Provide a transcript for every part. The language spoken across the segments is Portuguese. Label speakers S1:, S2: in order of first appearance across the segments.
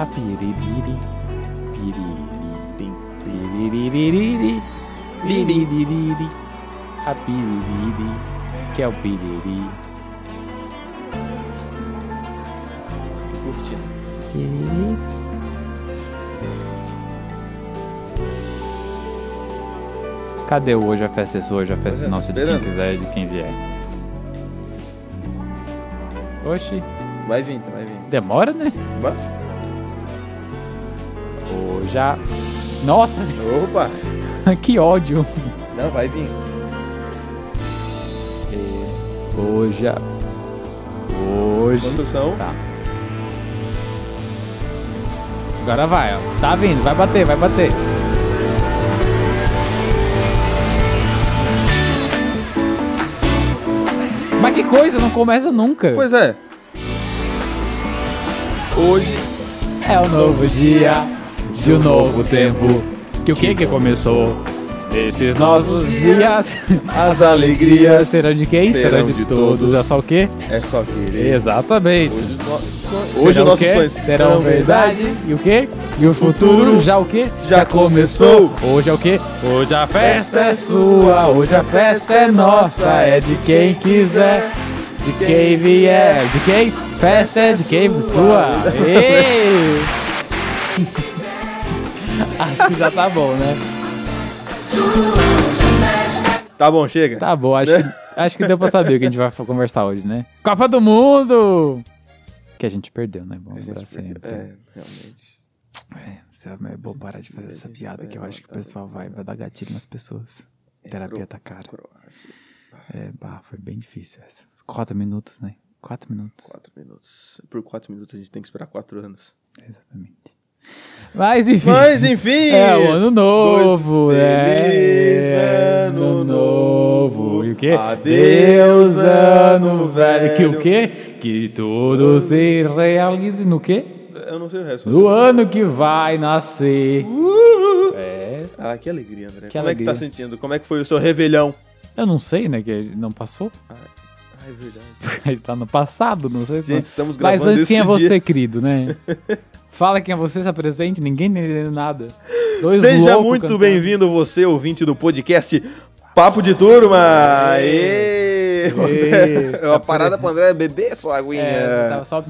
S1: A piririri, piriri, piriririri, piririri, a piriri, que é o piriri.
S2: Curtindo.
S1: piriri. Cadê o hoje a festa é sua, hoje a festa
S2: Pois
S1: é
S2: é,
S1: nossa,
S2: tô
S1: de quem
S2: esperando.
S1: quiser e de quem vier. Oxi,
S2: Vai vir, então, vai vir.
S1: demora, né?
S2: Ba-
S1: Hoje a... Nossa,
S2: Opa!
S1: que ódio.
S2: Não, vai vir.
S1: Hoje a... Hoje...
S2: Condução.
S1: Agora vai, ó. Tá vindo, vai bater, vai bater. Mas que coisa, não começa nunca.
S2: Pois é. Hoje.
S1: é o novo dia de um novo tempo. Que o que que começou? Nesses novos dias,
S2: As alegrias.
S1: serão de quem? Serão, de, todos. É só o quê?
S2: É só querer.
S1: Exatamente.
S2: Hoje, no... Hoje
S1: Serão o
S2: nossos
S1: quê?
S2: sonhos
S1: serão verdade. E o quê? E o futuro
S2: futuro
S1: já o quê?
S2: já
S1: Hoje é o quê? Hoje a festa é sua, hoje a festa é nossa, é de quem quiser, de quem vier, de quem? Festa é de quem sua. Ei! Acho que já tá bom, né?
S2: Tá bom, chega.
S1: Tá bom, acho que, acho que deu pra saber o que a gente vai conversar hoje, né? Copa do Mundo! Que a gente perdeu, né? Vamos lembrar sempre.
S2: É, realmente.
S1: É, você vai- eu vou parar de fazer essa
S2: é
S1: piada que eu acho
S2: tá?
S1: que o pessoal vai, vai dar gatilho nas pessoas. Terapia tá cara.
S2: Croácia.
S1: É, bah, foi bem difícil essa. Quatro minutos, né? Quatro minutos.
S2: Quatro minutos. Por quatro minutos a gente tem que esperar quatro anos.
S1: Exatamente. Mas enfim.
S2: Mas enfim!
S1: É o ano novo,
S2: Dois-
S1: né? É
S2: Feliz é, ano novo.
S1: E o quê?
S2: Adeus, ano velho.
S1: Que o quê? Que tudo se realize no quê?
S2: Eu não sei o resto.
S1: No ano que vai nascer. É.
S2: Ah, que alegria, André.
S1: Que
S2: Como é
S1: alegria.
S2: que tá sentindo? Como é que foi o seu revelhão?
S1: Eu não sei, né? Que não passou.
S2: Ah, é verdade.
S1: tá no passado, não sei se. tá.
S2: Gente, estamos
S1: Mas
S2: gravando
S1: antes, quem é
S2: esse
S1: você,
S2: dia.
S1: querido, né? Fala quem é você, se apresente, ninguém tá entendendo nada. Dois
S2: Seja
S1: loucos
S2: muito
S1: cantando.
S2: bem-vindo, você, ouvinte do podcast Papo de Turma. Aê!
S1: Aê!
S2: É uma parada pro André beber sua aguinha.
S1: É, você tava só.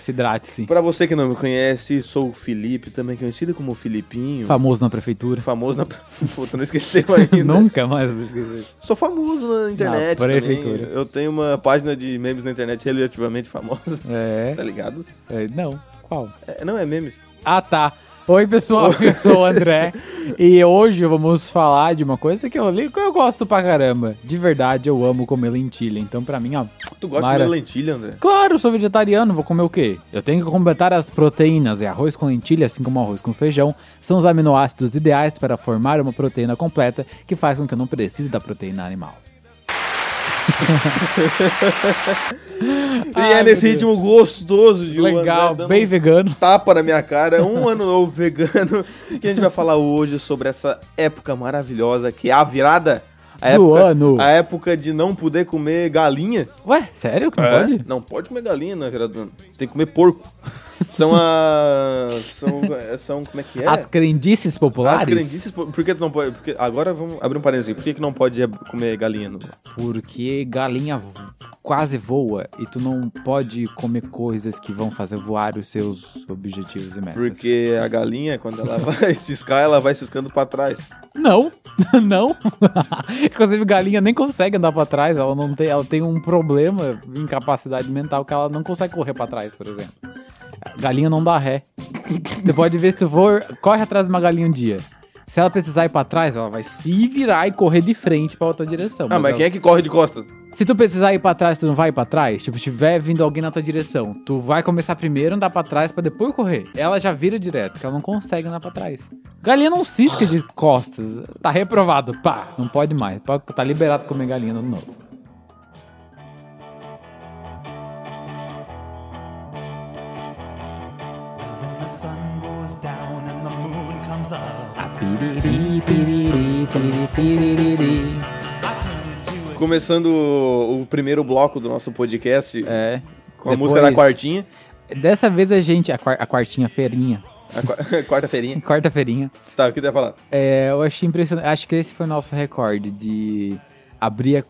S1: Se hidrate-se.
S2: Pra você que não me conhece, sou o Felipe, também conhecido como Filipinho.
S1: Famoso na prefeitura.
S2: famoso na. Puta, não esqueceu ainda.
S1: Nunca mais vou esquecer.
S2: Sou famoso na internet.
S1: Na
S2: também.
S1: prefeitura.
S2: Eu tenho uma página de memes na internet relativamente famosa.
S1: É,
S2: Tá ligado?
S1: é, Não, qual?
S2: É, não é memes.
S1: Ah, tá. Oi, pessoal, eu sou o André. e hoje vamos falar de uma coisa que eu, li- que eu gosto pra caramba. De verdade, eu amo comer lentilha. Então, pra mim, ó.
S2: Tu gosta
S1: Mara.
S2: de lentilha, André?
S1: Claro, eu sou vegetariano, vou comer o quê? Eu tenho que completar as proteínas, e arroz com lentilha, assim como arroz com feijão, são os aminoácidos ideais para formar uma proteína completa que faz com que eu não precise da proteína animal. Ai,
S2: e é
S1: meu
S2: nesse
S1: Deus.
S2: ritmo gostoso de um
S1: Legal,
S2: André dando
S1: bem vegano.
S2: um tapa na minha cara, um ano novo vegano, que a gente vai falar hoje sobre essa época maravilhosa que é a virada. A
S1: Do
S2: época,
S1: ano.
S2: A época de não poder comer galinha.
S1: Ué, sério que não
S2: É?
S1: pode?
S2: Não pode comer galinha na virada do ano. Tem que comer porco. São as. são, são. Como é que é?
S1: As crendices populares?
S2: As grandices, por por que tu não pode. Porque, agora vamos abrir um parênteses aqui. Por que, que não pode comer galinha? no-
S1: Porque galinha vo- quase voa e tu não pode comer coisas que vão fazer voar os seus objetivos e metas.
S2: Porque a galinha, quando ela vai ciscar, ela vai ciscando pra trás.
S1: Não, não. Inclusive, galinha nem consegue andar pra trás. Ela não tem, ela tem um problema, incapacidade mental, que ela não consegue correr pra trás, por exemplo. Galinha não dá ré. Você pode ver se tu for, corre atrás de uma galinha um dia. Se ela precisar ir pra trás, ela vai se virar e correr de frente pra outra direção.
S2: Ah, mas
S1: ela-
S2: quem é que corre de costas?
S1: se tu precisar ir pra trás, tu não vai ir pra trás? Tipo, se tiver vindo alguém na tua direção, tu vai começar primeiro, andar pra trás, pra depois correr. Ela já vira direto, que ela não consegue andar pra trás. Galinha não cisca de costas. Tá reprovado, pá. Não pode mais. Pode- Tá liberado comer galinha no novo.
S3: When the sun goes down and the moon comes up, I turn into a
S2: Começando o o primeiro bloco do nosso podcast
S1: É.
S2: com a música da quartinha.
S1: Dessa vez a gente, a, quar- a quartinha feirinha,
S2: A qua- Quarta-feirinha.
S1: quarta-feirinha,
S2: Tá, o que tu ia falar?
S1: é, eu achei impressionante. Acho que esse foi o nosso recorde de abrir a,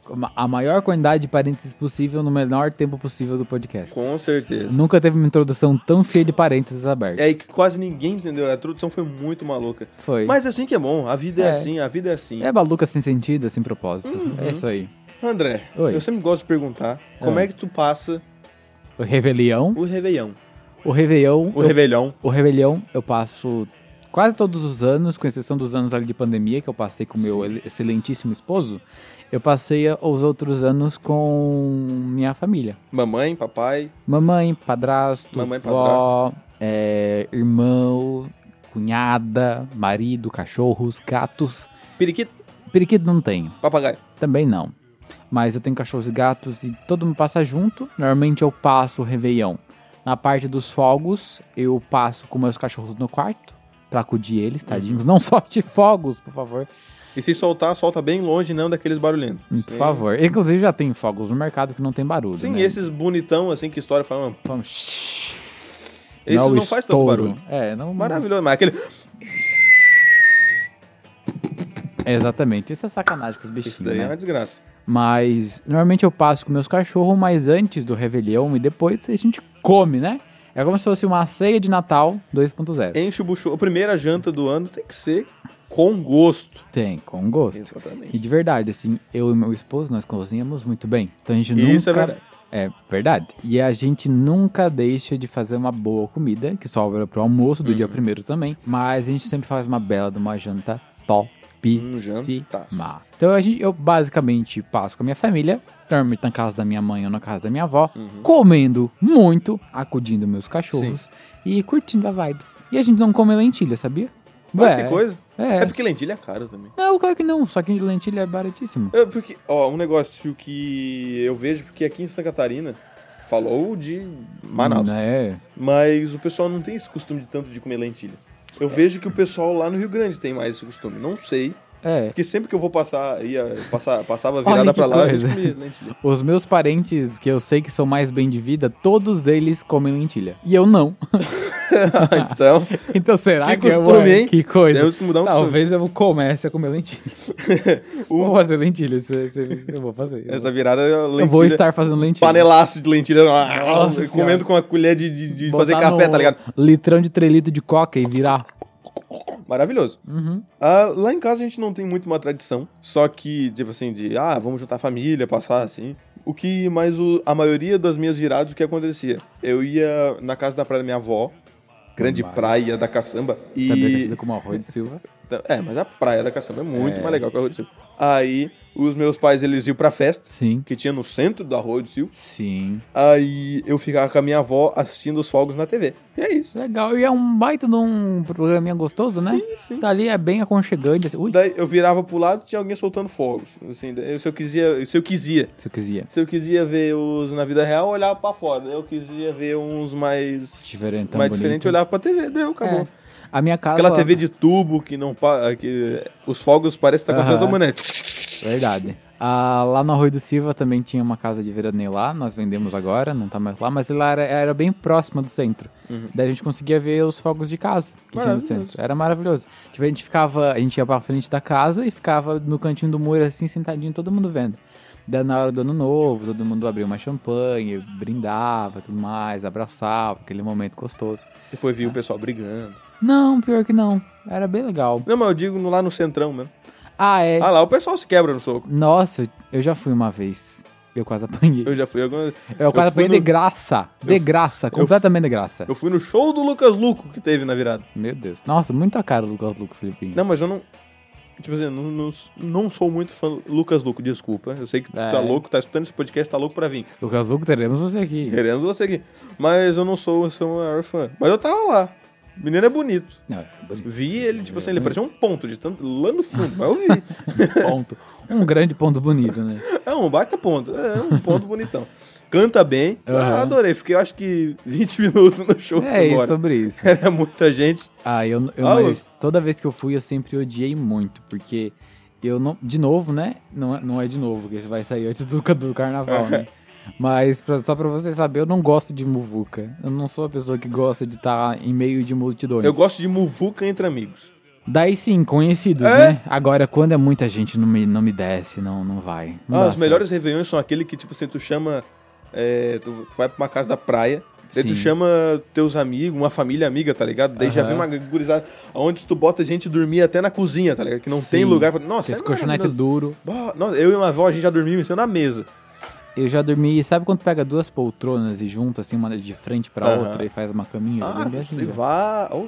S1: a maior quantidade de parênteses possível no menor tempo possível do podcast.
S2: Com certeza.
S1: Nunca teve uma introdução tão cheia de parênteses abertos.
S2: É aí que quase ninguém entendeu. A tradução foi muito maluca.
S1: Foi.
S2: Mas assim que é bom. A vida é,
S1: É.
S2: assim, a vida é assim.
S1: É maluca sem sentido, sem propósito.
S2: Uhum.
S1: É isso aí.
S2: André,
S1: Oi.
S2: eu sempre gosto de perguntar como
S1: Ah.
S2: é que tu passa
S1: O Revelião.
S2: o Réveillon?
S1: O Réveillon.
S2: O
S1: eu-
S2: Réveillon.
S1: O Rebelião eu passo quase todos os anos, com exceção dos anos ali de pandemia, que eu passei com meu ele- excelentíssimo esposo, eu passei a- os outros anos com minha família.
S2: Mamãe, papai.
S1: Mamãe, padrasto,
S2: Mamãe,
S1: vó, é, irmão, cunhada, marido, cachorros, gatos.
S2: Periquito,
S1: Periquito não tenho,
S2: papagaio.
S1: também não. Mas eu tenho cachorros e gatos e todo mundo passa junto. Normalmente eu passo o Réveillon. Na parte dos fogos, eu passo com meus cachorros no quarto. Pra acudir eles,
S2: Uhum.
S1: tadinhos. Não solte fogos, por favor.
S2: E se soltar, solta bem longe, não daqueles barulhentos.
S1: Por
S2: Sim.
S1: favor. Inclusive já tem fogos no mercado que não tem barulho.
S2: Sim,
S1: né?
S2: esses bonitão, assim, que história falando.
S1: Então, shhh.
S2: Esses não, faz tanto
S1: estouro.
S2: barulho.
S1: É, não.
S2: Maravilhoso, mas aquele.
S1: É, exatamente. Isso é sacanagem com os bichinhos.
S2: Isso daí é
S1: né?
S2: uma desgraça.
S1: Mas normalmente eu passo com meus cachorros, mas antes do Réveillon e depois a gente come, né? É como se fosse uma ceia de Natal 2.0.
S2: Enche o bucho. A primeira janta do ano tem que ser com gosto.
S1: Tem, com gosto.
S2: Exatamente.
S1: E de verdade, assim, eu e meu esposo, nós cozinhamos muito bem. Então a gente nunca...
S2: Isso é verdade.
S1: É verdade. E a gente nunca deixa de fazer uma boa comida, que sobra pro almoço do
S2: Uhum.
S1: dia primeiro também. Mas a gente sempre faz uma bela de uma janta
S2: Um
S1: topíssima.
S2: jantaço.
S1: então a gente, eu basicamente passo com a minha família, normalmente na casa da minha mãe ou na casa da minha avó,
S2: Uhum.
S1: comendo muito, acudindo meus cachorros e curtindo a vibes. E a gente não come lentilha, sabia?
S2: Mas
S1: Ué,
S2: que coisa.
S1: É.
S2: É porque lentilha é cara também.
S1: Não, claro que não. Saquinho de lentilha é baratíssimo.
S2: É porque, ó, um negócio que eu vejo, porque aqui em Santa Catarina, falou de Manaus,
S1: É.
S2: mas o pessoal não tem esse costume de tanto de comer lentilha. Eu vejo que o pessoal lá no Rio Grande tem mais esse costume. Não sei,
S1: É.
S2: porque sempre que eu vou passar, ia passar, passava
S1: Olha
S2: virada
S1: que
S2: pra lá, eu
S1: coisa.
S2: comia lentilha.
S1: Os meus parentes, que eu sei que são mais bem de vida, todos eles comem lentilha. E eu não.
S2: então,
S1: Então será
S2: Que
S1: que, eu
S2: costume,
S1: vou-
S2: hein?
S1: Que coisa.
S2: temos que mudar um costume.
S1: Talvez eu comece a comer lentilha.
S2: O-
S1: Vou fazer lentilha. isso- isso- isso eu vou fazer. Eu,
S2: Essa virada é lentilha.
S1: vou estar fazendo lentilha.
S2: Panelaço de lentilha,
S1: Nossa
S2: comendo com a colher de, de- de
S1: Botar
S2: fazer café,
S1: no
S2: tá ligado?
S1: Litrão de trelito de coca e virar.
S2: Maravilhoso.
S1: Uhum.
S2: Ah, lá em casa a gente não tem muito uma tradição, só que, tipo assim, de, ah, vamos juntar a família, passar assim. O que, mas o- a maioria das minhas viradas, o que acontecia? Eu ia na casa da praia da minha avó, grande
S1: Mas-
S2: praia da caçamba,
S1: Também é
S2: e...
S1: conhecida Tá como arroz de Silva.
S2: Então, É, mas a praia da caçamba é muito mais legal que a Arroio do Silva. Aí, os meus pais, eles iam pra festa,
S1: Sim.
S2: que tinha no centro do Arroio do Silva,
S1: Sim.
S2: aí eu ficava com a minha avó assistindo os fogos na TV. E é isso.
S1: Legal. E é um baita de um programinha gostoso, né? Sim, sim. Tá ali, é bem aconchegante. Assim. Ui,
S2: Daí eu virava pro lado, tinha alguém soltando fogos. Assim, daí, se eu quisia, se eu quisia
S1: se eu quiser.
S2: Se eu quisia ver os na vida real, eu olhava pra fora. Eu quisia ver uns mais.
S1: Diferentão,
S2: mais
S1: bonito.
S2: diferente, eu olhava pra TV. Deu, acabou.
S1: É. A minha casa.
S2: Tá Aquela TV de tubo que não. pa- Que os fogos parecem estar acontecendo
S1: Aham.
S2: todo mundo, né?
S1: Verdade. Ah, lá no Arroio do Silva também tinha uma casa de veraneio lá, nós vendemos agora, não tá mais lá, mas ela era, era bem próxima do centro. Daí a gente conseguia ver os fogos de casa que tinha no
S2: Uhum. Maravilhoso.
S1: centro. Era maravilhoso. Tipo, a gente ficava, a gente ia pra frente da casa e ficava no cantinho do muro assim, sentadinho, todo mundo vendo. Daí na hora do ano novo, todo mundo abria uma champanhe, brindava, tudo mais, abraçava, aquele momento gostoso.
S2: Depois vi o pessoal brigando.
S1: Não, pior que não. Era bem legal.
S2: Não, mas eu digo no- lá no centrão mesmo.
S1: Ah, é.
S2: Ah lá, o pessoal se quebra no soco.
S1: Nossa, eu já fui uma vez. Eu quase apanhei.
S2: Eu já fui alguma-
S1: Eu quase
S2: Eu fui
S1: apanhei
S2: no-
S1: de graça. De graça. Completamente de graça.
S2: Eu fui no show do Lucas Luco que teve na virada.
S1: Meu Deus. Nossa, muita cara do Lucas Luco, Filipinho.
S2: Não, mas eu não. Tipo assim, não, não, não sou muito fã do Lucas Luco, desculpa. Eu sei que tu
S1: É.
S2: tá louco, tá escutando esse podcast, tá louco pra vir.
S1: Lucas Luco, teremos você aqui.
S2: Queremos você aqui. Mas eu não sou o seu maior fã. Mas eu tava lá. O menino é bonito.
S1: Não, é bonito.
S2: Vi ele, tipo assim, ele parecia um ponto de tanto. lá no fundo, mas eu vi.
S1: ponto. Um grande ponto bonito, né?
S2: É um baita ponto. É um ponto bonitão. Canta bem. Ah,
S1: Aham.
S2: adorei. Fiquei, eu acho que 20 minutos no show. fui
S1: É isso,
S2: embora.
S1: sobre isso.
S2: Era muita gente.
S1: Ah, eu, eu
S2: Ah,
S1: mas toda vez que eu fui, eu sempre odiei muito, porque eu não. De novo, né? Não é, não é de novo, porque isso vai sair antes do, do carnaval, né? Mas pra- só pra você saber, eu não gosto de muvuca. Eu não sou a pessoa que gosta de estar em meio de multidões.
S2: Eu gosto de muvuca entre amigos.
S1: Daí sim, conhecidos,
S2: É?
S1: né? Agora, quando é muita gente, não me, não me desce, não, não vai. Não
S2: Ah,
S1: dá
S2: os melhores réveillões são aquele que, tipo assim, tu chama. é, tu, tu vai pra uma casa da praia, daí tu
S1: Sim.
S2: chama teus amigos, uma família amiga, tá ligado? Daí já vem uma gurizada onde tu bota gente dormir até na cozinha, tá ligado? Que não tem
S1: Sim.
S2: lugar pra. Nossa,
S1: Esse
S2: é
S1: colchonete
S2: maravilhoso.
S1: duro.
S2: Bah, nossa, eu e minha avó, a gente já dormiu em cima da mesa.
S1: Eu já dormi. Sabe quando pega duas poltronas e junta, assim, uma de frente pra
S2: Aham.
S1: outra e faz uma caminha? Eu
S2: Ah,
S1: dormi assim,
S2: tem
S1: já.
S2: vá. oh,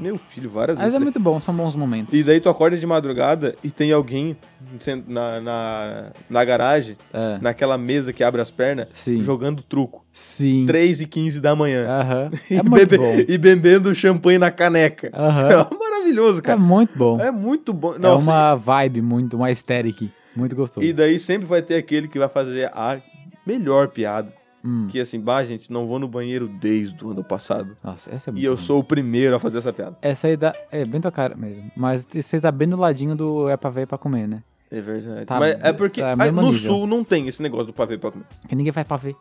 S2: Meu filho, várias
S1: Mas
S2: vezes.
S1: é
S2: né?
S1: muito bom, são bons momentos.
S2: E daí tu acorda de madrugada e tem alguém sent- na, na, na garagem,
S1: É.
S2: naquela mesa que abre as pernas,
S1: Sim.
S2: jogando truco.
S1: Sim.
S2: 3 e 15 da manhã.
S1: Aham.
S2: E,
S1: É muito
S2: bebe-
S1: bom.
S2: e bebendo champanhe na caneca.
S1: Aham.
S2: É maravilhoso,
S1: É
S2: cara.
S1: muito bom.
S2: É, muito bom.
S1: É
S2: Não, assim,
S1: uma vibe muito, uma aesthetic muito gostoso.
S2: E daí sempre vai ter aquele que vai fazer a melhor piada.
S1: Hum.
S2: Que assim, bah, gente, não vou no banheiro desde o ano passado.
S1: Nossa, essa é muito
S2: E eu
S1: boa.
S2: sou o primeiro a fazer essa piada.
S1: Essa aí dá... É bem tua cara mesmo. Mas você tá bem do ladinho do é pra ver e pra comer, né?
S2: É verdade.
S1: Tá,
S2: Mas é porque
S1: tá,
S2: ah,
S1: mesmo
S2: no
S1: nível.
S2: sul não tem esse negócio do pavê pra comer.
S1: Que ninguém faz pra ver.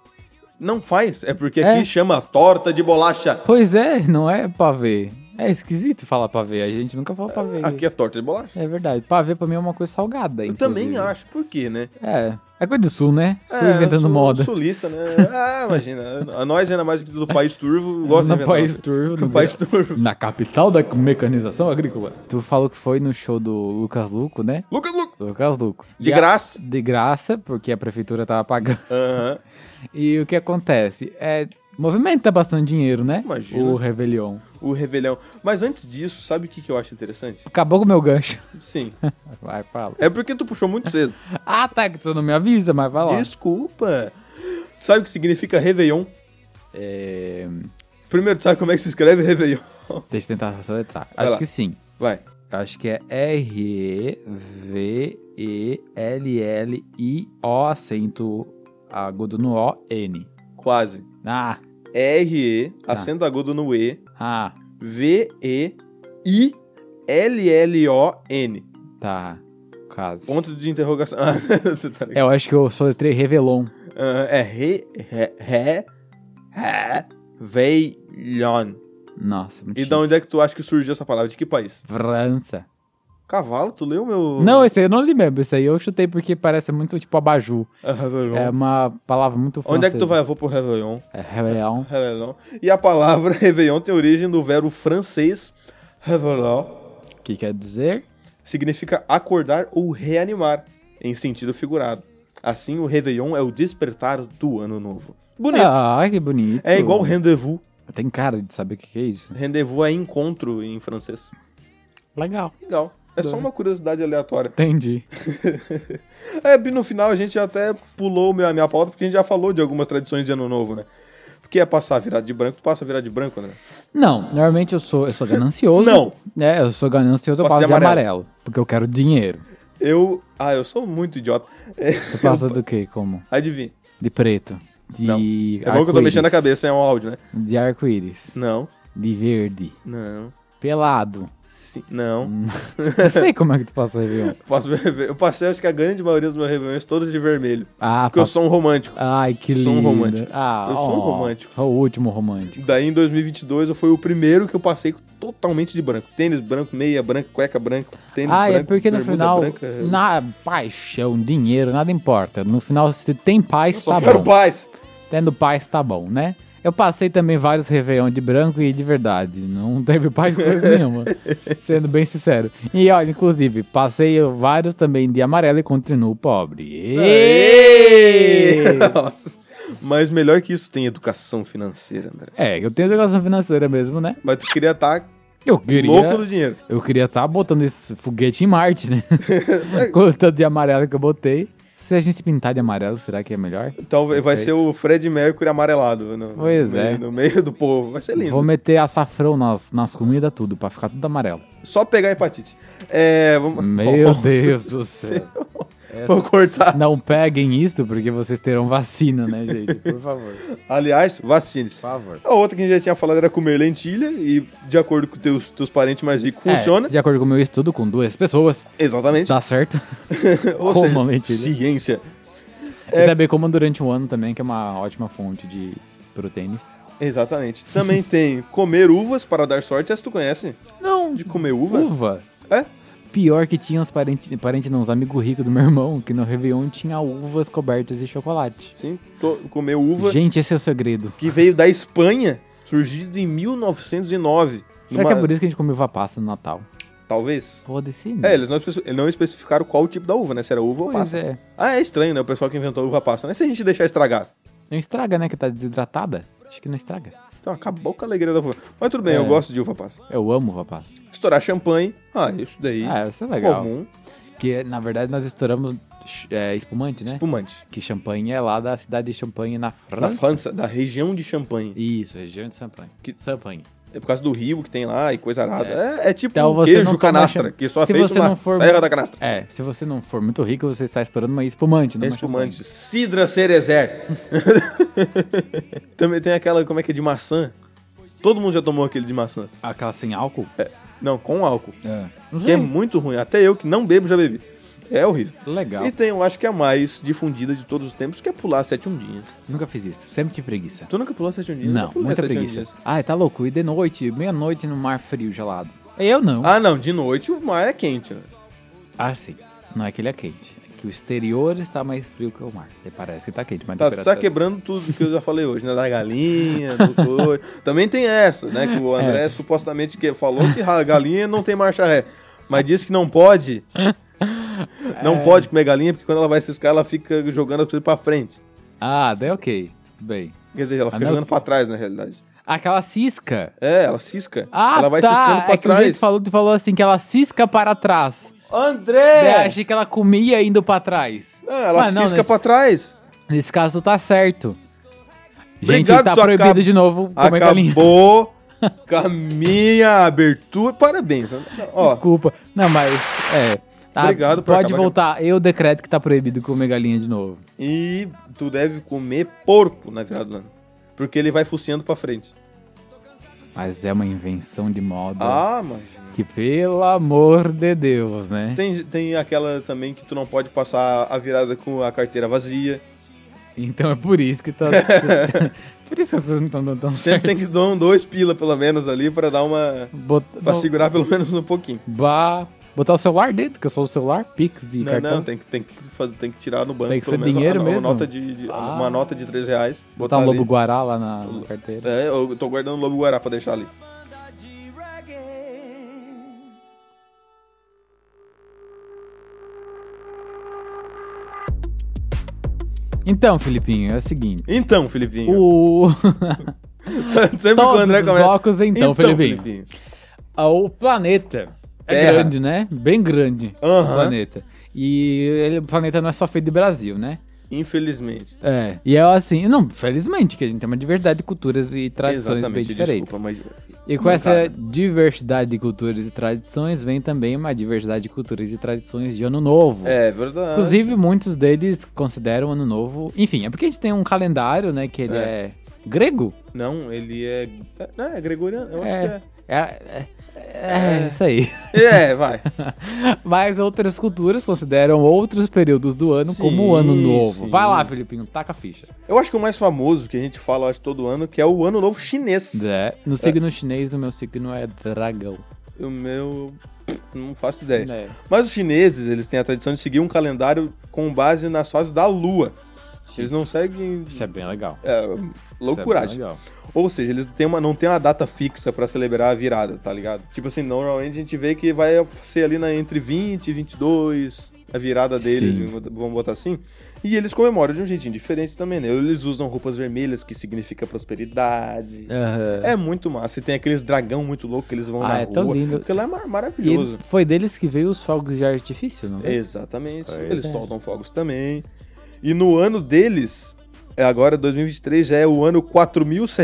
S2: Não faz, é porque
S1: É.
S2: aqui chama torta de bolacha.
S1: Pois é, não é pra ver. É esquisito falar pra ver. A gente nunca fala pra ver.
S2: Aqui é torta de bolacha.
S1: É verdade. Pra ver pra mim é uma coisa salgada.
S2: Eu também
S1: inclusive.
S2: acho, por quê, né?
S1: É. É coisa do sul, né? Sul
S2: É, eu
S1: inventando
S2: sou
S1: moda.
S2: Sulista, né? Ah, imagina. A nós, ainda mais do que do país turvo, gosta de
S1: no
S2: inventar.
S1: país turvo.
S2: No país turvo.
S1: Na capital da mecanização agrícola. Tu falou que foi no show do Lucas Luco, né?
S2: Lucas, Lucas.
S1: Lucas Luco.
S2: De
S1: E a-
S2: graça.
S1: De graça, porque a prefeitura tava pagando.
S2: Aham.
S1: E o que acontece? É, movimenta bastante dinheiro, né?
S2: Imagina.
S1: O Réveillon.
S2: O revelhão. Mas antes disso, sabe o que, que eu acho interessante?
S1: Acabou com o meu gancho.
S2: Sim.
S1: Vai, fala.
S2: É porque tu puxou muito cedo.
S1: Ah, tá, que tu não me avisa, mas vai lá.
S2: Desculpa. Sabe o que significa Réveillon?
S1: É...
S2: Primeiro, tu sabe como é que se escreve Réveillon?
S1: Deixa eu tentar soletrar.
S2: Vai
S1: Acho
S2: lá.
S1: que sim.
S2: Vai.
S1: Acho que é R-E-V-E-L-L-I-O, acento agudo no O, N.
S2: Quase.
S1: Ah,
S2: R-E,
S1: Tá.
S2: acento agudo no E,
S1: ah,
S2: V-E-I-L-L-O-N.
S1: tá. Quase.
S2: Ponto de interrogação. Ah, tá ligado.
S1: É, eu acho que eu soletrei Revelon.
S2: Ah, é re, re, re, re, veilhon.
S1: Nossa, muito
S2: E
S1: chique.
S2: da onde é que tu acha que surgiu essa palavra? De que país?
S1: França.
S2: Cavalo, tu leu meu...
S1: Não, esse aí eu não li mesmo. Esse aí eu chutei porque parece muito tipo abajur.
S2: Ah, Réveillon.
S1: É uma palavra muito francesa.
S2: Onde é que tu vai? Eu vou pro Réveillon.
S1: É Réveillon.
S2: Réveillon. E a palavra Réveillon tem origem do verbo francês Réveillon.
S1: que quer dizer?
S2: Significa acordar ou reanimar, em sentido figurado. Assim, o Réveillon é o despertar do ano novo. Bonito.
S1: Ah, que bonito.
S2: É igual rendezvous.
S1: Tem cara de saber o que que é isso.
S2: Rendezvous é encontro em francês.
S1: Legal.
S2: Legal. É só uma curiosidade aleatória.
S1: Entendi.
S2: É, e no final a gente até pulou o meu- a minha pauta, porque a gente já falou de algumas tradições de ano novo, né? Porque é passar virado de branco, tu passa virado de branco, né?
S1: Não, normalmente eu sou, eu sou ganancioso.
S2: Não.
S1: É, eu sou ganancioso, eu
S2: Passa
S1: passo
S2: de
S1: de amarelo. Porque eu quero dinheiro.
S2: Eu. Ah, eu sou muito idiota. É,
S1: Tu passa do quê? Como?
S2: adivinha.
S1: De preto. De
S2: Não. É bom que eu tô
S1: arco-íris,
S2: mexendo a cabeça, é um áudio, né?
S1: De arco-íris.
S2: Não.
S1: De verde.
S2: Não.
S1: Pelado.
S2: Sim.
S1: Hum.
S2: Não.
S1: Eu sei como é que tu passa o Réveillon.
S2: Eu Passo, eu passei, acho que a grande maioria dos meus reuniões todos de vermelho.
S1: Ah,
S2: Porque eu
S1: pa-
S2: sou um romântico.
S1: Ai, que lindo.
S2: sou um romântico.
S1: Ah,
S2: Eu sou um
S1: ó,
S2: romântico.
S1: é O último romântico.
S2: Daí em 2022 eu fui o primeiro que eu passei totalmente de branco. Tênis branco, meia branca, cueca branca, tênis
S1: Ah,
S2: branco,
S1: é porque no
S2: bermuda
S1: final,
S2: branca. é-
S1: na paixão, dinheiro, nada importa. No final, se tem
S2: Eu
S1: paz,
S2: só
S1: tá
S2: quero
S1: bom.
S2: paz.
S1: Tendo paz, tá bom, né? Eu passei também vários Réveillon de branco e de verdade. Não teve paz coisa nenhuma. Sendo bem sincero. E olha, inclusive, passei vários também de amarelo e continuo pobre.
S2: Ê!
S1: Ê!
S2: Nossa. Mas melhor que isso tem educação financeira, André.
S1: É, eu tenho educação financeira mesmo, né?
S2: Mas tu queria estar
S1: Eu queria.
S2: Um louco do dinheiro.
S1: Eu queria estar botando esse foguete em Marte, né? Com o tanto de amarelo que eu botei. Se a gente se pintar de amarelo, será que é melhor?
S2: Então vai vai ser
S1: Perfeito.
S2: o Fred Mercury amarelado no,
S1: Pois
S2: no meio,
S1: é.
S2: no meio do povo. Vai ser lindo.
S1: Vou meter açafrão nas, nas comidas, tudo, pra ficar tudo amarelo.
S2: Só pegar a hepatite. É, vamos...
S1: Meu
S2: Nossa,
S1: Deus do céu.
S2: Vou cortar.
S1: Não peguem isso, porque vocês terão vacina, né, gente? Por favor.
S2: Aliás, vacine-se.
S1: favor.
S2: A outra que a gente já tinha falado era comer lentilha e de acordo com teus, teus parentes mais ricos
S1: É,
S2: funciona.
S1: de acordo com o meu estudo, com duas pessoas,
S2: Exatamente.
S1: dá certo.
S2: Ou
S1: Comam tá lentilha.
S2: ciência.
S1: E também comam durante o ano também, que é uma ótima fonte de proteínas.
S2: Exatamente. Também tem comer uvas para dar sorte. Essa tu conhece?
S1: Não,
S2: De comer uva?
S1: uva.
S2: É?
S1: Pior que tinha os parentes, parente não, os amigos ricos do meu irmão, que no Réveillon tinha uvas cobertas de chocolate.
S2: Sim, to- comer uva.
S1: Gente, esse é o segredo.
S2: Que veio da Espanha, surgido em 1909.
S1: Será
S2: Numa-
S1: que é por isso que a gente comeu uva passa no Natal?
S2: Talvez.
S1: Foda-se.
S2: É,
S1: né?
S2: eles não, especi- eles não especificaram qual tipo da uva, né? Se era uva ou
S1: pois
S2: passa.
S1: é.
S2: Ah, é estranho, né? O pessoal que inventou a uva passa. Mas se a gente deixar estragar?
S1: Não estraga, né? Que tá desidratada. Acho que não estraga.
S2: Então acabou com a alegria da uva. Mas tudo bem,
S1: É.
S2: eu gosto de uva passa.
S1: Eu amo uva passa.
S2: Estourar champanhe. Ah, isso daí.
S1: Ah, isso é legal.
S2: Comum,
S1: Porque, na verdade, nós estouramos é, espumante, né?
S2: espumante.
S1: Que champanhe é lá da cidade de Champanhe, na França.
S2: Na França, da região de champanhe.
S1: Isso, região de Champanhe.
S2: Que-
S1: Champanhe.
S2: É por causa do rio que tem lá e coisa arada. É, é tipo
S1: Então
S2: um
S1: você não
S2: queijo
S1: toma
S2: canastra,
S1: champ-
S2: que só é
S1: Se
S2: feito
S1: você
S2: na
S1: não for-
S2: serra da canastra.
S1: É, se você não for muito rico, você está estourando uma espumante. Não uma
S2: Espumante. Cidra Cerezer. Também tem aquela, como é que é, de maçã. Todo mundo já tomou aquele de maçã. É,
S1: champanhe. Aquela sem álcool?
S2: Não, com álcool.
S1: Não
S2: Que
S1: sei.
S2: é muito ruim. Até eu que não bebo já bebi. É horrível.
S1: Legal.
S2: E tem, eu acho que a mais difundida de todos os tempos, que é pular sete ondinhas.
S1: Nunca fiz isso. Sempre tive preguiça.
S2: Tu nunca pulou sete ondinhas? Eu
S1: Não,
S2: pulei
S1: muita
S2: sete
S1: preguiça.
S2: ondinhas.
S1: Ai, tá louco. E de noite, meia-noite no mar frio, gelado. Eu não.
S2: Ah, não. De noite o mar é quente, né?
S1: Ah, sim. Não é que ele é quente. É que o exterior está mais frio que o mar. E parece que tá quente, mas
S2: Tá,
S1: a
S2: tu tá
S1: temperatura-
S2: quebrando tudo que eu já falei hoje, né? Da galinha, do coi. Também tem essa, né? Que
S1: É.
S2: o André supostamente que falou que a galinha não tem marcha ré. Mas disse que não pode. Não
S1: É.
S2: pode comer galinha, porque quando ela vai ciscar, ela fica jogando a coisa pra frente.
S1: Ah, daí ok. Tudo bem.
S2: Quer dizer, ela fica
S1: Ah, não.
S2: jogando pra trás, na realidade.
S1: Aquela cisca.
S2: É, ela cisca.
S1: Ah,
S2: ela vai
S1: tá.
S2: ciscando pra
S1: é que o jeito
S2: trás.
S1: que falou, tu falou assim, que ela cisca para trás. Daí Eu
S2: André!
S1: achei que ela comia indo pra trás.
S2: Ah, É. ela
S1: É, Mas não,
S2: cisca
S1: nesse-
S2: pra trás.
S1: Nesse caso tá certo. Gente,
S2: Obrigado,
S1: tá
S2: tu
S1: proibido
S2: acab-
S1: de novo comer galinha.
S2: Acabou com a minha abertura. Parabéns. Ó,
S1: Desculpa. Não, mas é. tá,
S2: Obrigado por
S1: Pode
S2: acabar-
S1: voltar. Eu decreto que tá proibido comer galinha de novo.
S2: E tu deve comer porco na virada do ano. Porque ele vai fuciando pra frente.
S1: Mas é uma invenção de moda.
S2: Ah, mas.
S1: Que pelo amor de Deus, né?
S2: Tem, tem aquela também que tu não pode passar a virada com a carteira vazia.
S1: Então é por isso que tá. por isso que as coisas não estão dando tão
S2: Sempre
S1: certo.
S2: tem que dar um dois pila, pelo menos, ali, pra dar uma.
S1: Bot...
S2: Pra
S1: não,
S2: segurar pelo menos um pouquinho.
S1: ba- Botar o celular dentro, que eu sou o celular, Pix e
S2: Não,
S1: Um cartão.
S2: não, tem que, tem, que fazer, tem que tirar no banco
S1: Tem que
S2: pelo
S1: ser
S2: menos
S1: dinheiro
S2: uma, uma
S1: mesmo?
S2: nota de, de-
S1: Ah.
S2: uma nota de 3 reais.
S1: Botar um
S2: ali.
S1: lobo guará lá na, na carteira.
S2: É, eu tô guardando o lobo guará pra deixar ali.
S1: Então, Filipinho, é o seguinte.
S2: Então, Filipinho.
S1: O.
S2: Sempre que o
S1: Todos
S2: André
S1: os
S2: começa.
S1: blocos, então, Filipinho.
S2: Filipinho.
S1: o planeta é
S2: Terra.
S1: grande, né? Bem grande. O
S2: Aham.
S1: planeta. E ele- o planeta não é só feito de Brasil, né?
S2: Infelizmente.
S1: É. E é assim, não, felizmente, que a gente tem uma diversidade de culturas e tradições bem
S2: Exatamente,
S1: diferentes.
S2: desculpa, mas.
S1: E com
S2: Não,
S1: essa
S2: cara.
S1: diversidade de culturas e tradições vem também uma diversidade de culturas e tradições de Ano Novo.
S2: É verdade.
S1: Inclusive, muitos deles consideram Ano Novo. Enfim, é porque a gente tem um calendário, né? Que ele é,
S2: É.
S1: grego.
S2: Não, ele é. é- Não, é gregoriano, eu
S1: É.
S2: acho
S1: É, é, é, isso aí.
S2: que é. É, vai.
S1: Mas outras culturas consideram outros períodos do ano
S2: Sim,
S1: como o Ano Novo.
S2: sim.
S1: Vai lá, Felipinho, taca a ficha.
S2: Eu acho que o mais famoso que a gente fala, eu acho, todo ano, que é o Ano Novo Chinês.
S1: É, No signo chinês, o meu signo é dragão.
S2: O meu. Não faço ideia.
S1: É.
S2: Mas os chineses, eles têm a tradição de seguir um calendário com base nas fases da lua. Eles não seguem.
S1: Isso é bem legal.
S2: É,
S1: Isso é
S2: loucuragem.
S1: bem legal.
S2: Ou seja, eles têm uma, não tem uma data fixa pra celebrar a virada, tá ligado? Tipo assim, normalmente a gente vê que vai ser ali na, entre 20 e 22, a virada deles,
S1: Sim.
S2: vamos botar assim. E eles comemoram de um jeitinho diferente também, né? Eles usam roupas vermelhas, que significa prosperidade.
S1: Aham.
S2: É, muito massa. E tem aqueles dragão muito louco que eles vão
S1: Ah,
S2: na
S1: é
S2: rua.
S1: tão lindo.
S2: Porque lá é mar- maravilhoso.
S1: E foi deles que veio os fogos de artifício, não? foi?
S2: Exatamente.
S1: Pois
S2: Eles
S1: é.
S2: soltam fogos também. E no ano deles, é agora 2023, já é o ano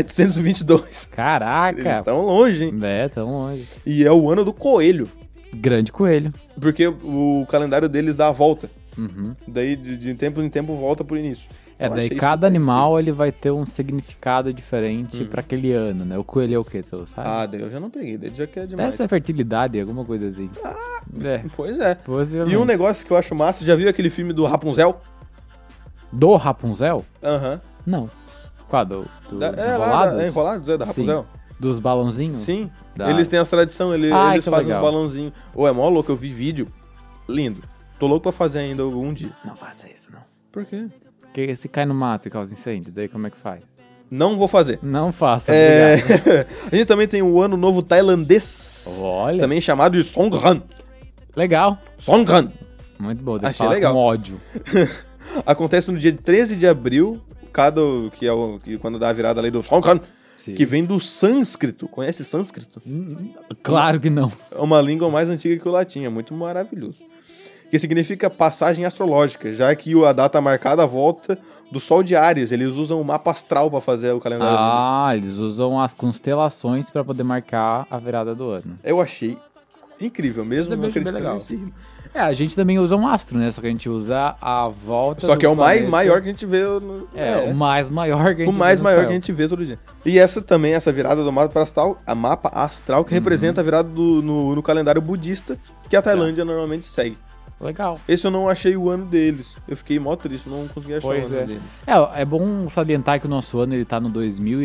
S2: 4722. Eles
S1: Caraca!
S2: estão longe, hein?
S1: É, tão longe.
S2: E é o ano do coelho.
S1: Grande coelho.
S2: Porque o calendário deles dá a volta.
S1: Uhum.
S2: Daí, de, de tempo em tempo, volta pro início.
S1: É,
S2: Eu
S1: daí
S2: achei isso
S1: cada
S2: bem
S1: animal ele vai ter um significado diferente pra aquele ano, né? O coelho é o quê, tu
S2: doido.
S1: sabe?
S2: Uhum. Ah, daí eu já não peguei. Daí já que é demais.
S1: Deve ser fertilidade, alguma coisa assim. É,
S2: Pois é.
S1: possivelmente.
S2: um E um negócio que eu acho massa, já viu aquele filme do Rapunzel?
S1: Do Rapunzel?
S2: Aham.
S1: Não. Qual? Do, do
S2: Da- É lá,
S1: Enrolados?
S2: da, é enrolados, é, da Rapunzel.
S1: Dos balãozinhos?
S2: Sim.
S1: Da-
S2: Eles têm as tradições, eles,
S1: Ai,
S2: eles
S1: que
S2: fazem
S1: legal.
S2: os balãozinhos. Ou é mó louco, eu vi vídeo. Lindo. Tô louco pra fazer ainda um dia.
S1: Não faça isso, não.
S2: Por quê?
S1: Porque se cai no mato e causa incêndio, daí como é que faz?
S2: Não vou fazer.
S1: Não faça,
S2: É...
S1: obrigado.
S2: a gente também tem o Ano Novo Tailandês.
S1: Olha.
S2: Também chamado de Songhan.
S1: Legal.
S2: Songhan.
S1: Muito bom, deve
S2: Achei
S1: falar
S2: legal.
S1: com ódio.
S2: Acontece no dia 13 de abril, cada, que é o, que quando dá a virada ali do Songhan,
S1: Sim.
S2: que vem do sânscrito. Conhece sânscrito?
S1: Hum, Claro que não.
S2: É uma língua mais antiga que o latim, é muito maravilhoso. Que significa passagem astrológica, já que o- a data marcada a volta do Sol de Ares. Eles usam o mapa astral para fazer o calendário deles.
S1: Ah, eles usam as constelações pra poder marcar a virada do ano.
S2: Eu achei incrível, é mesmo
S1: Também
S2: não
S1: achei bem
S2: acreditando
S1: legal.
S2: em signo.
S1: É, a gente também usa um astro, né? Só que a gente usa a volta.
S2: Só
S1: do
S2: que é o mai,
S1: planeta.
S2: maior que a gente vê. no-
S1: Tá É, o mais maior que a gente
S2: o mais
S1: vê no
S2: maior
S1: céu.
S2: que a gente vê todo dia. E essa também, essa virada do mapa astral, a mapa astral
S1: Uhum.
S2: que representa a virada do- no, no calendário budista que a
S1: Tá.
S2: Tailândia normalmente segue.
S1: Legal.
S2: Esse eu não achei o ano deles. Eu fiquei mó triste, não consegui achar
S1: Pois
S2: o ano
S1: é.
S2: deles.
S1: É, é bom salientar que o nosso ano ele tá no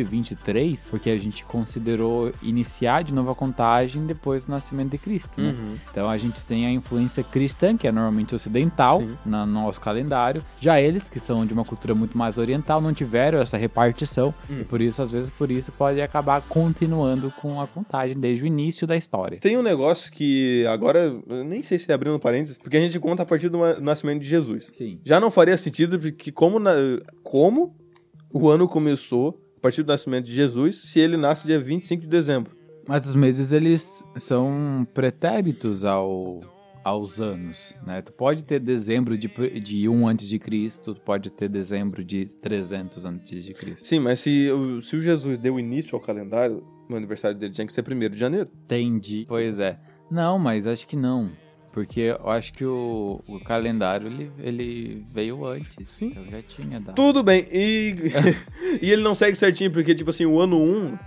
S1: 2023, porque a gente considerou iniciar de novo a contagem depois do nascimento de Cristo, né?
S2: Uhum.
S1: Então a gente tem a influência cristã, que é normalmente ocidental,
S2: Sim.
S1: na- no nosso calendário. Já eles, que são de uma cultura muito mais oriental, não tiveram essa repartição.
S2: Hum.
S1: E por isso, às vezes, por isso pode acabar continuando com a contagem desde o início da história.
S2: Tem um negócio que agora, eu nem sei se é abrindo parênteses, porque a gente conta a partir do ma- nascimento de Jesus.
S1: Sim.
S2: Já não faria sentido, porque como, na- como o ano começou a partir do nascimento de Jesus, se ele nasce dia 25 de dezembro.
S1: Mas os meses, eles são pretéritos ao- aos anos, né? Tu pode ter dezembro de, de 1 antes de Cristo, tu pode ter dezembro de 300 antes de Cristo.
S2: Sim, mas se, o- se o Jesus deu início ao calendário, o aniversário dele tinha que ser 1 de janeiro.
S1: Entendi. Pois é. Não, mas acho que não. Porque eu acho que o, o calendário ele, ele veio antes.
S2: Sim.
S1: Então já tinha dado.
S2: Tudo bem, e, e ele não segue certinho, porque, tipo assim, o ano 1,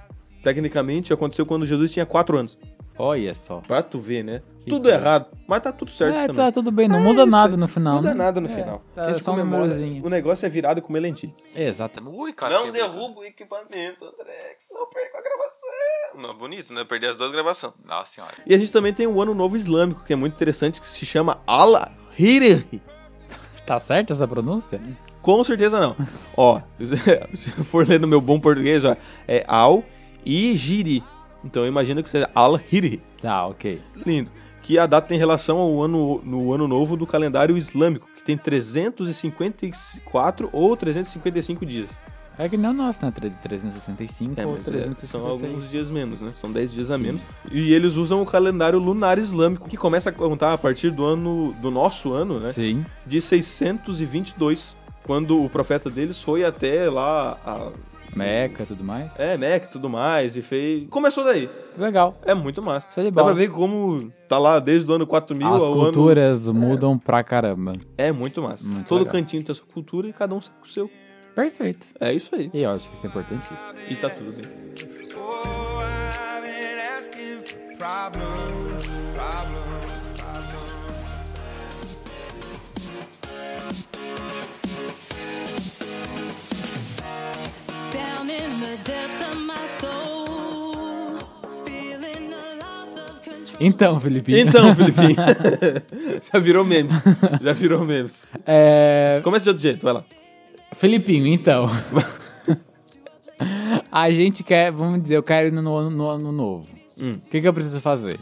S2: tecnicamente, aconteceu quando Jesus tinha 4 anos.
S1: Olha só.
S2: Pra tu ver, né?
S1: Que
S2: tudo
S1: coisa.
S2: errado, mas tá tudo certo
S1: é,
S2: também.
S1: tá tudo bem. Não
S2: É
S1: muda
S2: isso
S1: nada
S2: aí.
S1: no final.
S2: Não dá
S1: né?
S2: nada no
S1: É,
S2: final.
S1: tá
S2: Eles
S1: só um
S2: comemoram-
S1: númerozinho.
S2: O negócio é virado com lentilha.
S1: Exatamente. Ui,
S2: Não derruba o equipamento, André, que senão eu perco a gravação. Não, bonito, né? Perder as duas gravações.
S1: Nossa senhora.
S2: E a gente também tem o Ano Novo Islâmico, que é muito interessante, que se chama Allah Hirih.
S1: Tá certa essa pronúncia?
S2: Com certeza não. ó, se eu for ler no meu bom português, ó, é Al e Giri. Então eu imagino que seja Allah Hirih.
S1: Tá, ok.
S2: Lindo. Que a data tem relação ao ano, no ano novo do calendário islâmico, que tem 354 ou 355 dias.
S1: É que nem o nosso, né? Tre- 365
S2: É,
S1: ou
S2: mas é,
S1: 366.
S2: são alguns dias menos, né? São 10 dias a menos. E eles usam o calendário lunar islâmico, que começa a contar a partir do ano do nosso ano, né?
S1: Sim.
S2: De 622, quando o profeta deles foi até lá a
S1: Meca e tudo mais.
S2: é, Meca e tudo mais e fez. Começou daí.
S1: Legal.
S2: É muito massa.
S1: Isso é de
S2: Dá
S1: bom.
S2: pra ver como tá lá desde o ano é. 4000
S1: As
S2: ao
S1: culturas
S2: ano
S1: mudam pra caramba.
S2: É, é muito massa.
S1: Muito
S2: Todo
S1: legal.
S2: cantinho tem sua cultura e cada um segue o seu.
S1: Perfeito.
S2: É isso aí.
S1: E eu acho que isso é importantíssimo.
S2: E tá tudo bem.
S3: Oh, I've been asking for problems, problems, problems.
S4: Down in the depths of my soul, feeling the loss of control.
S1: Então, Felipe.
S2: Então, Felipinho. já virou memes. Já virou memes.
S1: É...
S2: Começa de outro jeito, vai lá.
S1: Felipinho, então. a gente quer, vamos dizer, eu quero ir no ano, no ano novo.
S2: Hum.
S1: O que, que eu preciso fazer?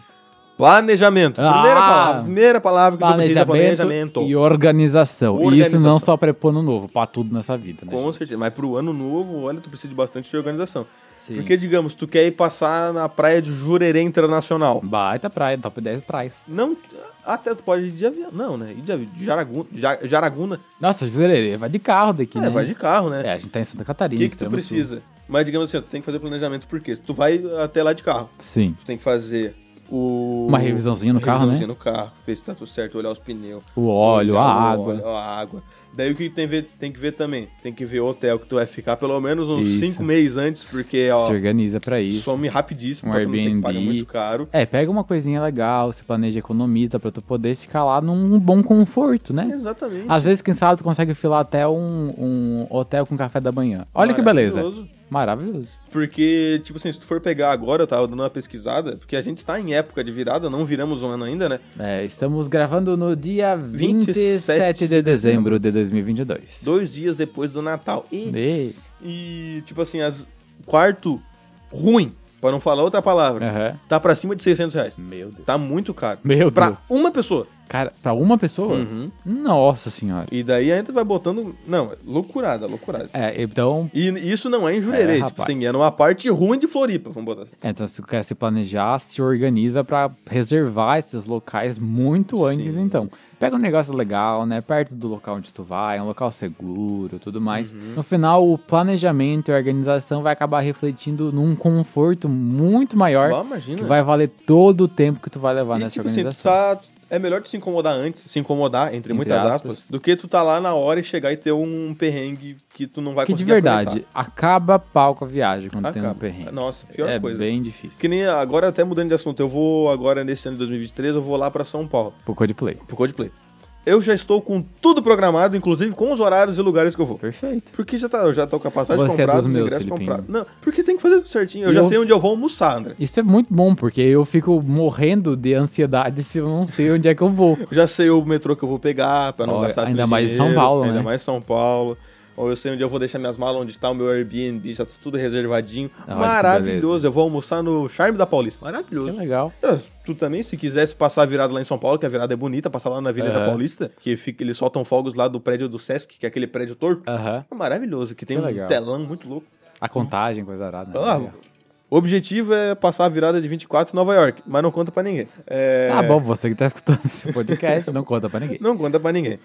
S2: Planejamento. Primeira
S1: Ah!
S2: palavra. Primeira palavra que tu precisa é planejamento.
S1: e organização. E isso
S2: Organização.
S1: não só para pôr no novo, pra tudo nessa vida, né?
S2: Com certeza. Mas pro ano novo, olha, tu precisa de bastante de organização.
S1: Sim.
S2: Porque, digamos, tu quer ir passar na praia de Jurerê Internacional.
S1: Baita praia, top 10 praias.
S2: Não, até tu pode ir de avião. Não, né? Ir de avião. De Jaraguna. Ja- Jaraguna.
S1: Nossa, Jurerê, vai de carro daqui,
S2: É,
S1: né?
S2: vai de carro, né?
S1: É, a gente tá em Santa Catarina.
S2: O que, que tu
S1: extremo
S2: precisa? Mas digamos assim, ó, tu tem que fazer planejamento por quê? Tu vai até lá de carro.
S1: sul. Sim.
S2: Tu tem que fazer O...
S1: Uma revisãozinha no carro, né?
S2: revisãozinha no carro, ver se tá tudo certo, olhar os pneus.
S1: O óleo, a
S2: olhar o
S1: água.
S2: óleo, a água. Daí o que tem, ver- tem que ver também? Tem que ver o hotel que tu vai ficar pelo menos uns
S1: Isso.
S2: 5 meses antes, porque, ó,
S1: Se organiza pra isso.
S2: some rapidíssimo,
S1: Um
S2: pra tu não ter que pagar
S1: Airbnb.
S2: muito caro.
S1: É, pega uma coisinha legal, se planeja, economiza pra tu poder ficar lá num bom conforto, né?
S2: Exatamente.
S1: Às vezes, quem sabe, tu consegue filar até um, um hotel com café da manhã. Olha que beleza.
S2: Maravilhoso.
S1: Maravilhoso.
S2: Porque, tipo assim, se tu for pegar agora, eu tava dando uma pesquisada, porque a gente está em época de virada, não viramos um ano ainda, né?
S1: É, estamos gravando no dia 27,
S2: 27
S1: de dezembro de 2022.
S2: Dois dias depois do Natal. E,
S1: E...
S2: e, tipo assim, as quarto ruim, pra não falar outra palavra,
S1: Aham.
S2: tá pra cima de 600 reais.
S1: Meu Deus.
S2: Tá muito caro.
S1: Meu
S2: pra
S1: Deus.
S2: uma pessoa.
S1: Cara, pra uma pessoa? Nossa senhora.
S2: E daí ainda vai botando. Não, é loucurada, loucurada.
S1: É, então,
S2: E isso não é em Jurerê,
S1: É,
S2: tipo
S1: rapaz.
S2: assim, é numa parte ruim de Floripa, vamos botar assim.
S1: então, se tu quer se planejar, se organiza pra reservar esses locais muito antes,
S2: Sim.
S1: então. Pega um negócio legal, né? Perto do local onde tu vai, um local seguro, tudo mais.
S2: Uhum.
S1: No final, o planejamento e a organização vai acabar refletindo num conforto muito maior.
S2: Ah, imagina.
S1: Que vai valer todo o tempo que tu vai levar
S2: E
S1: nessa
S2: tipo assim, tu
S1: organização.
S2: tá. É melhor tu se incomodar antes, se incomodar, entre, muitas
S1: aspas.
S2: aspas, do que tu tá lá na hora e chegar e ter um perrengue que tu não vai
S1: que de
S2: conseguir
S1: verdade,
S2: aproveitar.
S1: acaba pau com a viagem quando tem um
S2: Acaba.
S1: perrengue.
S2: Nossa, pior
S1: é
S2: coisa.
S1: bem difícil.
S2: Que nem agora, até mudando de assunto, eu vou agora, nesse ano de 2023, eu vou lá pra São Paulo,
S1: Pro Coldplay.
S2: pro Coldplay. Eu já estou com tudo programado, inclusive com os horários e lugares que eu vou.
S1: Perfeito.
S2: Porque já tá, eu já tô com a passagem
S1: Você é
S2: comprada,
S1: dos
S2: os
S1: meus,
S2: ingressos
S1: Filipinho.
S2: comprados. Não, porque tem que fazer tudo certinho. Eu
S1: E
S2: já
S1: eu-
S2: sei onde eu vou almoçar, André.
S1: Isso é muito bom, porque eu fico morrendo de ansiedade se eu não sei onde é que eu vou.
S2: Já sei o metrô que eu vou pegar pra não
S1: Ó,
S2: gastar
S1: ainda
S2: tanto
S1: mais em São
S2: dinheiro,
S1: Paulo,
S2: Ainda
S1: né?
S2: mais em São Paulo. Ou eu sei onde eu vou deixar minhas malas, onde tá o meu Airbnb, já tá tudo reservadinho.
S1: Olha que beleza.
S2: Maravilhoso. Eu vou almoçar no Charme da Paulista.
S1: Que
S2: Maravilhoso.
S1: legal.
S2: Ah, Tu também, se quisesse passar a virada lá em São Paulo, que a virada é bonita, passar lá na Avenida
S1: Aham.
S2: Paulista, que fica, eles soltam fogos lá do prédio do Sesc, que é aquele prédio torto.
S1: Aham.
S2: É Maravilhoso, que tem
S1: Ah. Que
S2: um
S1: legal.
S2: telão muito louco.
S1: A contagem, coisa arada.
S2: Ah,
S1: Né?
S2: o objetivo é passar a virada de 24 em Nova York, mas não conta pra ninguém. É,
S1: Tá bom, você que tá escutando esse podcast, não conta pra ninguém.
S2: Não conta pra ninguém.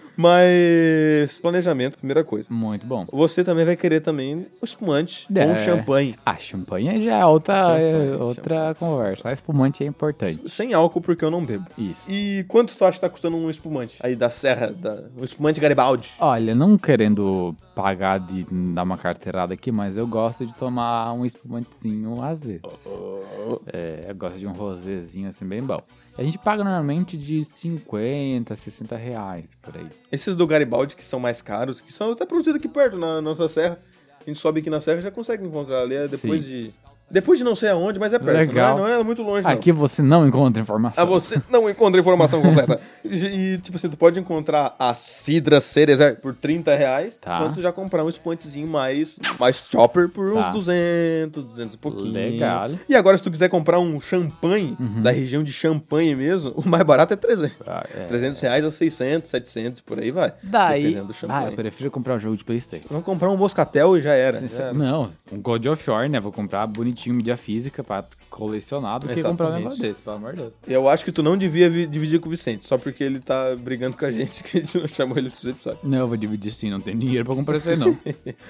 S2: Mas planejamento, primeira coisa.
S1: Muito bom.
S2: Você também vai querer também um espumante ou um
S1: É.
S2: champanhe.
S1: A champanhe já é outra, é
S2: Champanhe,
S1: outra conversa. A espumante é importante.
S2: Sem álcool, porque eu não bebo.
S1: Isso.
S2: E quanto tu acha que tá custando um espumante? Aí da Serra, da... um espumante Garibaldi.
S1: Olha, não querendo pagar de dar uma carteirada aqui, mas eu gosto de tomar um espumantezinho às vezes.
S2: Oh.
S1: É, eu gosto de um rosézinho assim bem bom. A gente paga normalmente de 50, 60 reais por aí.
S2: Esses do Garibaldi que são mais caros, que são até produzidos aqui perto, na na nossa serra. A gente sobe aqui na serra e já consegue encontrar ali. é depois
S1: Sim.
S2: de. Depois de não sei aonde, mas é perto.
S1: Legal.
S2: Não, é, não é muito longe, não.
S1: Aqui você não encontra informação.
S2: Ah, você não encontra informação completa. E, tipo assim, tu pode encontrar a Cidra Cerezer por 30 reais,
S1: Tá.
S2: quanto já comprar um espumantezinho mais, mais chopper por
S1: Tá.
S2: uns 200, 200 e um pouquinho.
S1: Legal. Uhum.
S2: E agora, se tu quiser comprar um champanhe, da região de champanhe mesmo, o mais barato é 300.
S1: Ah, é.
S2: 300 reais a 600, 700, por aí vai.
S1: Daí.
S2: Dependendo do
S1: Ah,
S2: champanhe.
S1: eu prefiro comprar um jogo de Playstation.
S2: Vamos comprar um moscatel e já era. Já era.
S1: Não, um God of War, né? Vou comprar bonitinho mídia física pra colecionar do que comprar um
S2: Exatamente.
S1: negócio desse, pelo amor de Deus.
S2: Eu acho que tu não devia vi- dividir com o Vicente, só porque ele tá brigando com a gente, que a gente não chamou ele pra esse episódio.
S1: Não, eu vou dividir sim, não tem dinheiro pra comprar isso aí, não.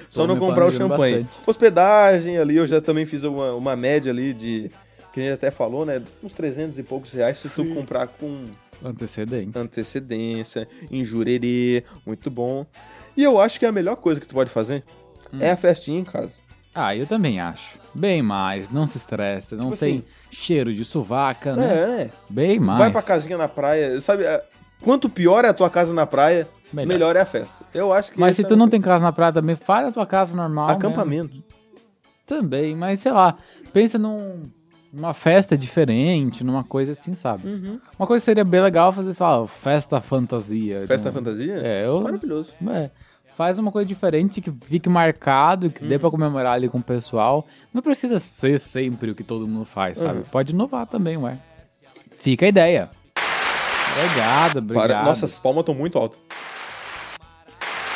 S2: Só não
S1: me
S2: comprar o
S1: planejando
S2: champanhe.
S1: bastante.
S2: Hospedagem ali, eu já também fiz uma, uma média ali de. Que a gente até falou, né? Uns 300 e poucos reais se tu comprar com
S1: Antecedentes.
S2: antecedência, em jurerê, muito bom. E eu acho que é a melhor coisa que tu pode fazer
S1: Hum.
S2: é a festinha em casa.
S1: Ah, eu também acho. Bem mais, não se estressa, não
S2: Tipo
S1: tem
S2: assim.
S1: cheiro de sovaca, né?
S2: É, é.
S1: Bem mais.
S2: Vai pra casinha na praia, sabe? é, Quanto pior é a tua casa na praia,
S1: Melhor.
S2: melhor, é a festa. Eu acho que.
S1: Mas se
S2: essa é
S1: tu
S2: a
S1: não
S2: coisa.
S1: tem casa na praia também, faz a tua casa normal. né?
S2: acampamento.
S1: Também, mas sei lá, pensa num, numa festa diferente, numa coisa assim, sabe?
S2: Uhum.
S1: Uma coisa que seria bem legal fazer, sei lá, festa fantasia.
S2: Festa
S1: né?
S2: fantasia?
S1: É, eu-
S2: Maravilhoso.
S1: É, faz uma coisa diferente que fique marcado, que dê pra comemorar ali com o pessoal. Não precisa ser sempre o que todo mundo faz, sabe?
S2: Uhum.
S1: Pode inovar também, ué. Fica a ideia. Obrigado, obrigado.
S2: Para... Nossa, as palmas estão muito altas.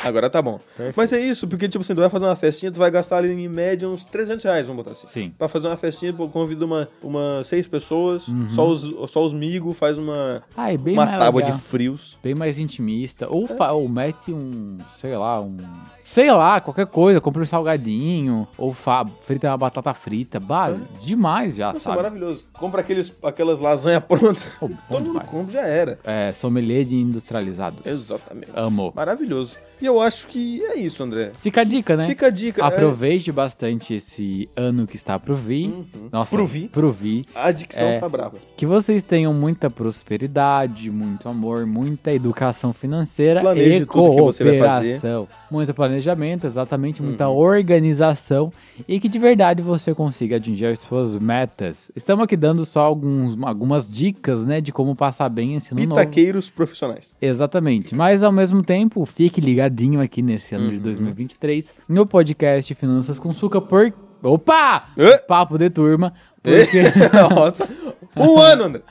S2: Agora tá bom. Mas é isso, porque, tipo assim, tu vai fazer uma festinha, tu vai gastar ali em média uns 300 reais, vamos botar assim.
S1: Sim.
S2: Pra fazer uma festinha, tu convida uma, uma seis pessoas,
S1: Uhum.
S2: só os, só os migos, faz uma,
S1: Ah, é bem
S2: uma
S1: mais
S2: tábua
S1: legal.
S2: de frios.
S1: Bem mais intimista. Ou,
S2: Ah.
S1: fa- ou mete um, sei lá, um. Sei lá, qualquer coisa. Compra um salgadinho. Ou fa- frita uma batata frita. Bah, demais já,
S2: Ah. Nossa, é
S1: sabe?
S2: maravilhoso. Compra aqueles, aquelas lasanhas prontas.
S1: Pô, bom
S2: Todo mundo
S1: demais.
S2: compra, já era.
S1: É, sommelier de industrializados.
S2: Exatamente.
S1: Amo.
S2: Maravilhoso. E eu acho que é isso, André.
S1: Fica a dica, né?
S2: Fica a dica. é,
S1: Aproveite bastante esse ano que está pro vir. Nossa,
S2: Pro Uhum. vir.
S1: pro vir.
S2: a dicção
S1: É.
S2: tá brava.
S1: Que vocês tenham muita prosperidade, muito amor, muita educação financeira
S2: Planeje
S1: e
S2: tudo que você vai
S1: cooperação.
S2: fazer. Uhum.
S1: Muito planejamento, exatamente, muita organização e que de verdade você consiga atingir as suas metas. Estamos aqui dando só alguns, algumas dicas, né, de como passar bem esse ano novo.
S2: Pitaqueiros profissionais.
S1: Exatamente. Mas ao mesmo tempo, fique ligadinho aqui nesse ano de
S2: Uhum.
S1: 2023 no podcast Finanças com Suca por Opa!
S2: Hã?
S1: Papo de turma. Porque...
S2: Nossa. Um ano, André.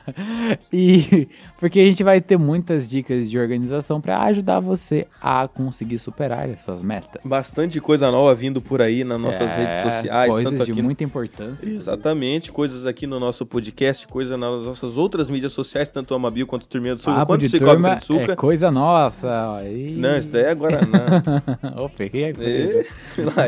S1: e porque a gente vai ter muitas dicas de organização pra ajudar você a conseguir superar essas metas.
S2: Bastante coisa nova vindo por aí nas nossas
S1: É,
S2: redes sociais,
S1: coisas
S2: tanto
S1: de
S2: aqui no
S1: muita importância.
S2: Exatamente, coisas aqui no nosso podcast, coisas nas nossas outras mídias sociais, tanto a Amabil quanto o Turminha do Suco,
S1: Papo
S2: quanto o
S1: de
S2: Cicobi
S1: turma
S2: Grande Suca.
S1: é coisa nossa. Aí...
S2: Não, isso daí é Guaraná.
S1: Ô, peguei a coisa.
S2: É, lá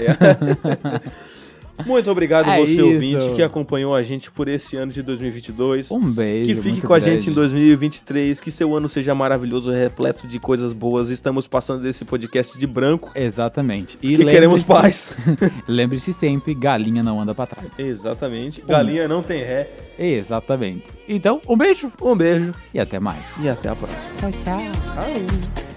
S2: é. Muito obrigado
S1: É
S2: você,
S1: isso.
S2: ouvinte, que acompanhou a gente por esse ano de 2022.
S1: Um beijo.
S2: Que fique
S1: muito
S2: com a
S1: grande.
S2: gente em 2023, que seu ano seja maravilhoso, repleto de coisas boas. Estamos passando desse podcast de branco,
S1: Exatamente. E
S2: que queremos
S1: lembre-se-
S2: paz.
S1: Lembre-se sempre, galinha não anda pra trás.
S2: Exatamente. Galinha não tem ré.
S1: Exatamente. Então, um beijo
S2: Um beijo
S1: e até mais.
S2: e até a próxima.
S1: Tchau, tchau.